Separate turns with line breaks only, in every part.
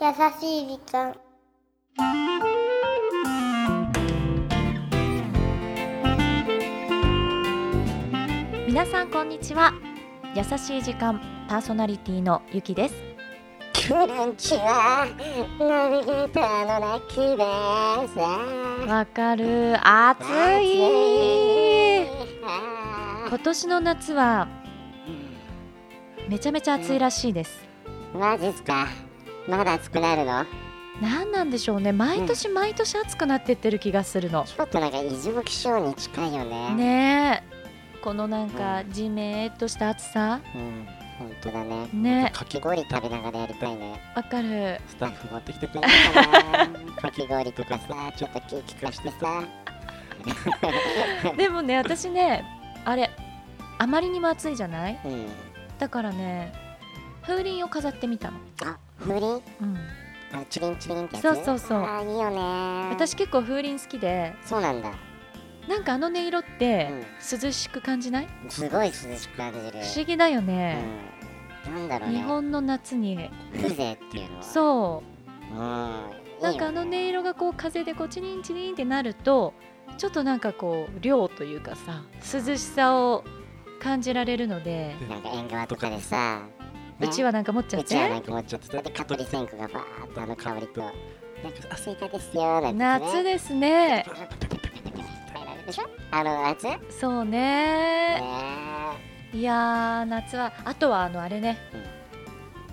優しい時間
皆さんこんにちは優しい時間パーソナリティのゆきです
こんにちは。ナビゲーターのラッキーです。暑
わかる暑い
あ
今年の夏は
ー
めちゃめちゃ暑いらしいです
マジっすか。まだ暑くなるの。
何なんでしょうね毎年毎年暑くなってってる気がするの
ちょっとなんか異常気象に近いよね。
ねえこのなんかじめーっとした暑さ
うん、本当だね。
ね
かき氷食べながらやりたいね。
わ かる
スタッフ持ってきてくれないかな。かき氷とかさ、ちょっと気利かしてさ。
でもね私ねあれあまりにも暑いじゃない
うん。
だからね風鈴を飾ってみたの、
あ、風鈴？
うん、
あ、チリンチリンってやつ。
そうそうそう
あー、いいよね。
私。結構風鈴好きで
そうなんだ。
なんかあの音色って涼しく感じない、
すごい涼しく感じる。
不思議だよね、
うんなんだろうね。
日本の夏に
風情っていうのは。う。
そ
ん。
うなんかあの
いいよ
音
ね。
色がこう風でこうチリンチリンってなるとちょっとなんかこう涼というかさ涼しさを感じられるので、
なんか縁側とかでさ。
うちはなんか持っちゃ
ね。
っ
うちはな
て
んかもうちょっとだって蚊取り線香がバーってあの香りと。なんかあスイカですよなんて、ね。
夏。ですね
パラパラパラパラパラパラでしょあの夏？ね
そう
え
ねいやー夏はあとはあのあれね、
うん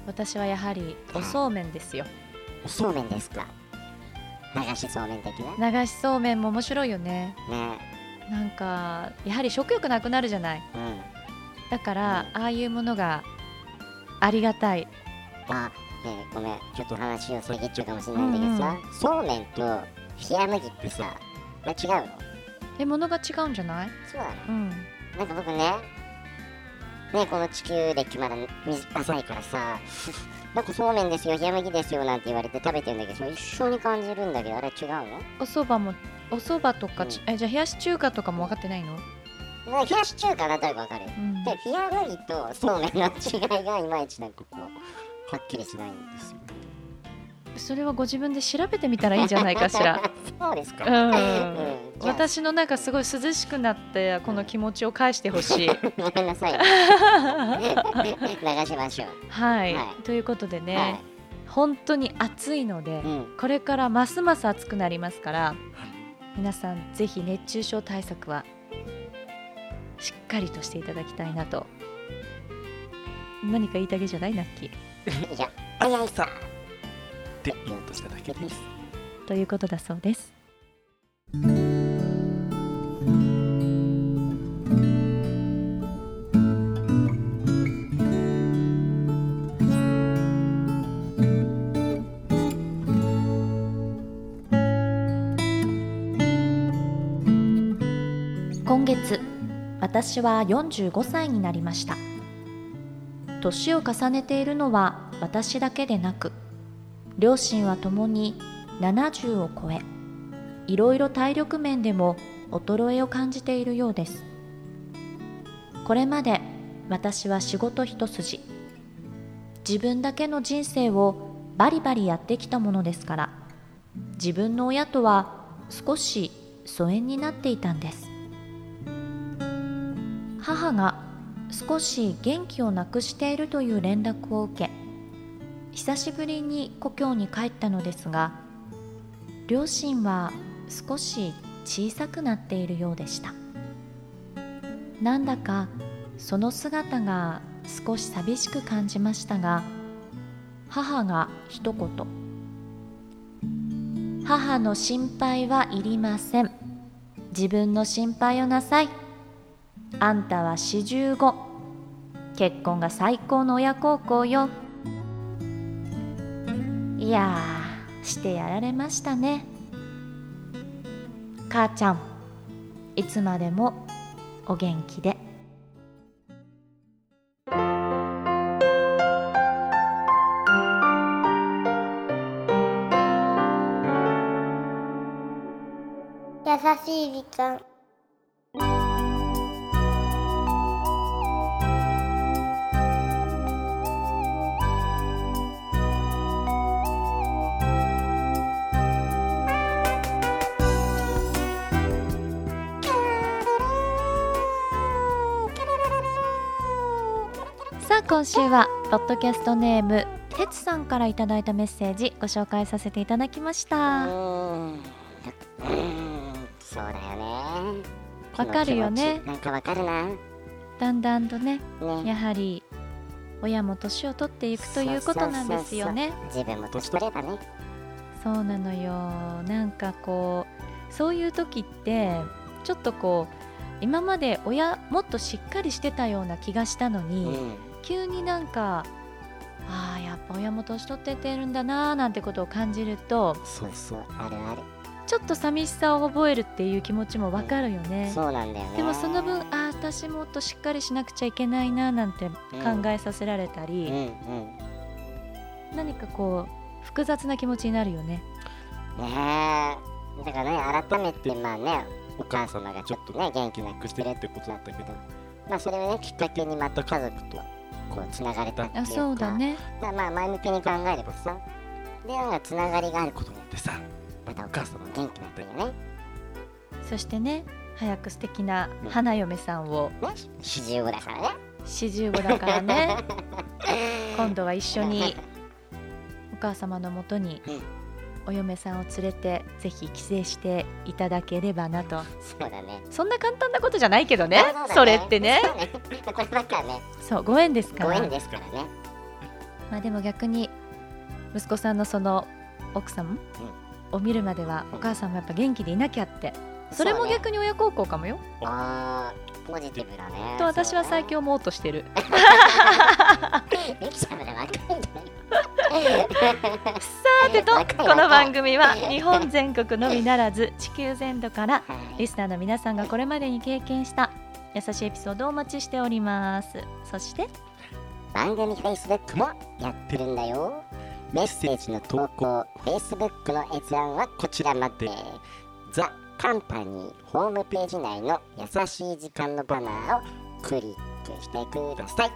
私はやはりおそうめんですよ
おそうめんですか。流しそうめん的な。ね
流しそうめんも面白いよねなんかやはり食欲なくなるじゃない
え。うん。
だから、
う
ああいうものがありがたい
あ、ねえごめん、ちょっと話を遮っちゃうかもしれないんだけどさ、そうめんと冷麦ってさ、ま違うの
えものが違うんじゃない
そうなの
うん
なんか僕ね、ねこの地球歴まだ浅いから さ、なんかそうめんですよ、冷麦ですよなんて言われて食べてるんだけど、一緒に感じるんだけど、あれ違うの
おそばもおそばとか、ち
う
えじゃあ冷やし中華とかも分かってないの、
なんか冷やし中華なんとなくわかる。
うん
で、冷麦とそうめんの違いがいまいちなんかこう、はっきりしないんですよ。
それはご自分で調べてみたらいいんじゃない かしら
そうです
う
か。
ん、
うんじゃあ
私のなんかすごい涼しくなってこの気持ちを返してほ しい
ごめんなさい。流しましょう。
はい、
はい
ということでね、
はい。
本当に暑いので、
うん。
これからますます暑くなりますから皆さんぜひ熱中症対策はしっかりとしていただきたいなと何か言いたげじゃないナッキー
いや、早いさ。って言おうとしただけです。
ということだそうです今月私は45歳になりました年を重ねているのは私だけでなく両親はともに70を超えいろいろ体力面でも衰えを感じているようですこれまで私は仕事一筋自分だけの人生をバリバリやってきたものですから自分の親とは少し疎遠になっていたんです母が少し元気をなくしているという連絡を受け久しぶりに故郷に帰ったのですが両親は少し小さくなっているようでしたなんだかその姿が少し寂しく感じましたが母が一言「母の心配はいりません自分の心配をなさい」「あんたは四十五結婚が最高の親孝行よ」いやーしてやられましたね母ちゃんいつまでもお元気で
優しい時間
今週はポッドキャストネームてつさんからいただいたメッセージご紹介させていただきまし
う
た
ーんうーんそうだよね
わかるよ
こ
ね
の気持ちなんかわかるなね
だんだんとねやはり親も年を取っていくということなんですよね
自分も年取ればね
そうなのよなんかこうそういう時ってちょっとこう今まで親もっとしっかりしてたような気がしたの
う
に、
ん
急になんかあーやっぱ親も年取ってってるんだなーなんてことを感じると
そうそうあるある
ちょっと寂しさを覚えるっていう気持ちもわかるよね、
そうなんだよね
でもその分あー私もっとしっかりしなくちゃいけないなーなんて考えさせられ
う
た
ん
り、
うん
何かこう複雑な気持ちになるよね
ねえだからね改めてまあねお母様がちょっとね元気な
な
く
く
し
してて
る
る
っ
っててこ
こ
ととだ
だっ
ったた
け
け
ど
ど、
まあそれをねきっかけにまた家族とこうつながれたっていう
あ
か
そうだね
まあまあ前向きに考えればさでなんかつながりがあることによって
でさ、
またお母様も元気になったよね
そしてね早く素敵な花嫁さんを
ね四十五だからね
45だか ら ね今度は一緒にお母様のもとに
うん
お嫁さんを連れてぜひ帰省していただければなと
そうだね
そんな簡単なことじゃないけどね
うだ
それってね
そうこればっかはね
そうご縁ですか
ご
ら
縁ですからね
まあ、でも逆に息子さんのその奥さんを見るまでは
うん
お母さんもやっぱ元気でいなきゃってそれも
そうね
逆に親孝行かもよ
あーポジティブだね
と私は
そうね
最近思おうとしてる
ミキちゃんまで若いんじゃない
さてと
若い若い
この番 組は日本全国のみならず地球全土から
はい
リスナーの皆さんがこれまでに経験した優しいエピソードをお待ちしておりますそして
番組 Facebook もやってるんだよメッセージの投稿 Facebook の閲覧はこちらまでザ・カンパニーホームページ内の「優しい時間」のバナーをクリックしてください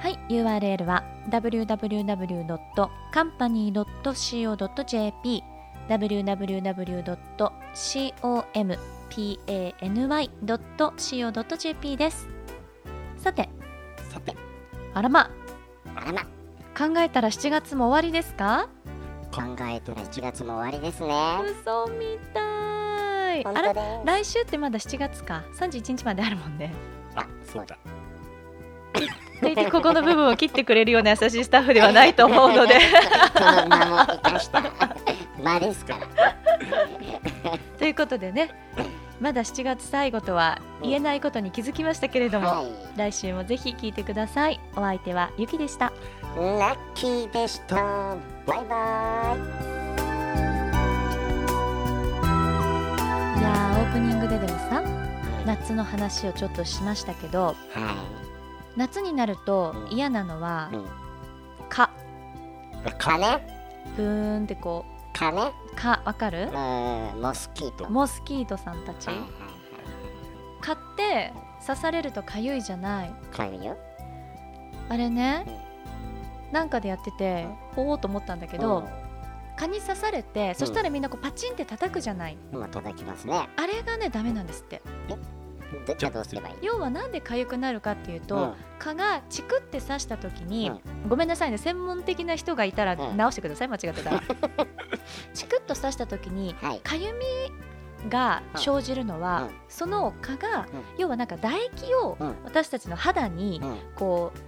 はい URL は www.company.co.jp www.company.co.jp ですさて
さて、
あらま
あらま
考えたら7月も終わりですか
考えたら1月も終わりですね
嘘みたいあ
本
ら
当です
来週ってまだ7月か31日まであるもんね
あ、そうだ。
でいてここの部分を切ってくれるような優しいスタッフではないと思 うので
その名も生かした 間ですから
ということでねまだ7月最後とは言えないことに気づきましたけれども、
はい
来週もぜひ聞いてくださいお相手はゆきでした
ラッキーでしたバイバイ
いやーオープニングででもさ夏の話をちょっとしましたけど
は、
夏になると嫌なのはい
うん、
「か
かね」
ブーンってこ
かね
う「か」わかる
うんモスキート
モスキートさんたち
はいはい
蚊って刺されるとかゆいじゃない
はいかゆいよ
あれねなんかでやっててほおーと思ったんだけど蚊に刺されてそしたらみんなこうパチンって叩くじゃない
うん今届きますね
あれがねダメなんですって
どじゃあどうすればいい
要はなんで痒くなるかっていうと、蚊がチクって刺した時に、ごめんなさいね専門的な人がいたら
うん
直してください、間違ってた らチクッと刺した時に
うん、はい
かゆみが生じるのは、
うん
その蚊が、
うん
要はなんか唾液を
うん
私たちの肌に
うん
こう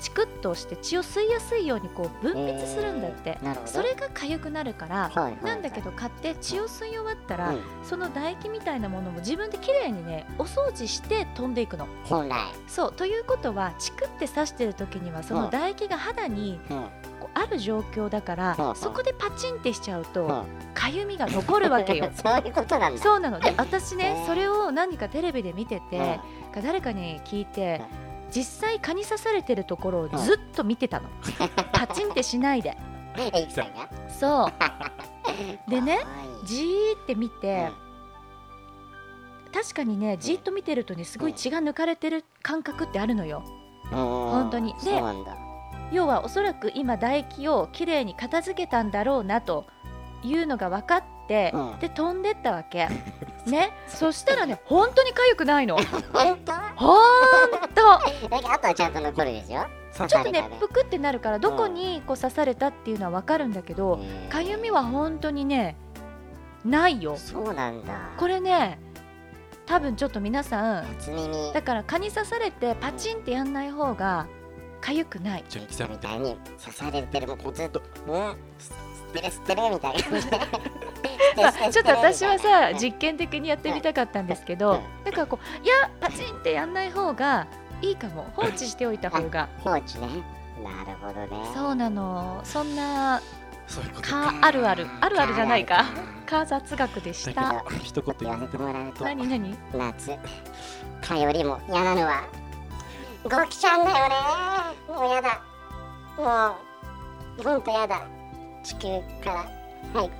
チクッとして血を吸いやすいようにこう分泌するんだって
え、ーなるほど
それが痒くなるか
は
ら、
いはいはい
なんだけど蚊って血を吸い終わったら、
うん
その唾液みたいなものも自分で綺麗にねお掃除して飛んでいくの。
本来
そうということはチクって刺してる時にはその唾液が肌に
うん
こうある状況だから、
うん
そこでパチンってしちゃう
う
と
ん
かゆみが残るわけ よ。
そういうことなんだ
そうなので私ね
うん
それを何かテレビで見て
う
て、か誰かに聞いて実際蚊に刺されてるところを
うん
ずっと見て たのパチンってしないで
んえいきさんが
そうでねじーって見て、確かにねじーっと見てるとねすごい血が抜かれてる感覚ってあるのよ
本
当にで
そうなんだ
要はおそらく今唾液をきれいに片付けたんだろうなというのが分かっ
う
て、
ん
で飛んでったわ けねそしたらね本当に痒くないの
本当
ほんと
だけどあとはちゃんと残るでしょ刺
ちょ
さ
っと
れ
ね
たね
ぷくってなるからどこにこう刺されたっていうのはわかるんだけど
うん
かゆみは本当にねないよ
そうなんだ
これね多分ちょっと皆さん
初耳
だから蚊に刺されてパチンってやんない方がかゆくない
純吉さんみたいに刺されてるもうこうずっと「うんす吸ってる吸ってる」みたいな
まあちょっと私 はさ
うん
実験的にやってみたかったんですけど
う
だからこういやパチンってやんない方がいいかも放置しておいた方が
放置ねなるほどね
そうなのそんな
そういうこと
蚊あるあるあるあるじゃないか蚊雑学でし
だ
た
けど一言言わせてもらうと
何何
夏蚊よりも嫌なのはゴキちゃんだよねもう嫌だもうほんと嫌だ地球から早く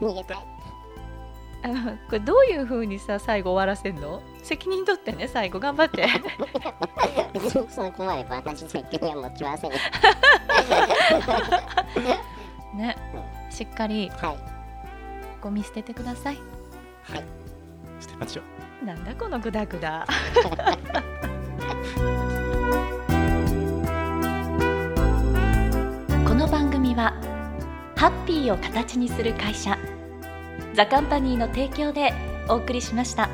逃げたい
あのこれどういう風にさ最後終わらせんの責任取ってね最後頑張って
別にそこまで私責任は持ちませんよ
ねしっかり
はい
ゴミ捨ててください
してみましょう
なんだこのグダグ ダこの番組はハッピーを形にする会社ザカンパニーの提供でお送りしました。